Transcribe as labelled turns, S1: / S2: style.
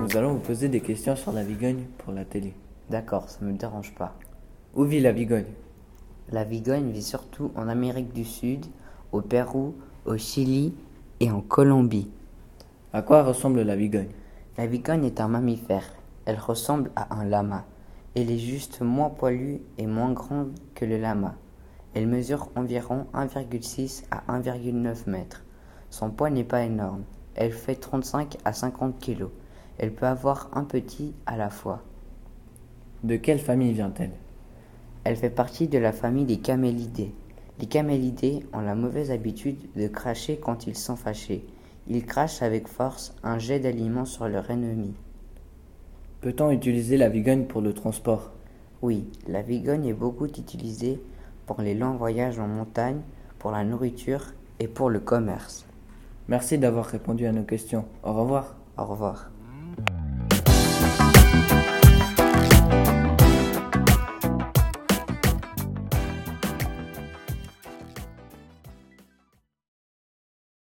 S1: Nous allons vous poser des questions sur la Vigogne pour la télé.
S2: D'accord, ça me dérange pas.
S1: Où vit la Vigogne
S2: La Vigogne vit surtout en Amérique du Sud, au Pérou, au Chili et en Colombie.
S1: À quoi ressemble la Vigogne
S2: La Vigogne est un mammifère. Elle ressemble à un lama. Elle est juste moins poilue et moins grande que le lama. Elle mesure environ 1,6 à 1,9 mètres. Son poids n'est pas énorme. Elle fait 35 à 50 kilos. Elle peut avoir un petit à la fois.
S1: De quelle famille vient-elle
S2: Elle fait partie de la famille des camélidés. Les camélidés ont la mauvaise habitude de cracher quand ils sont fâchés. Ils crachent avec force un jet d'aliments sur leur ennemi.
S1: Peut-on utiliser la Vigogne pour le transport
S2: Oui, la vigogne est beaucoup utilisée pour les longs voyages en montagne, pour la nourriture et pour le commerce.
S1: Merci d'avoir répondu à nos questions. Au revoir.
S2: Au revoir.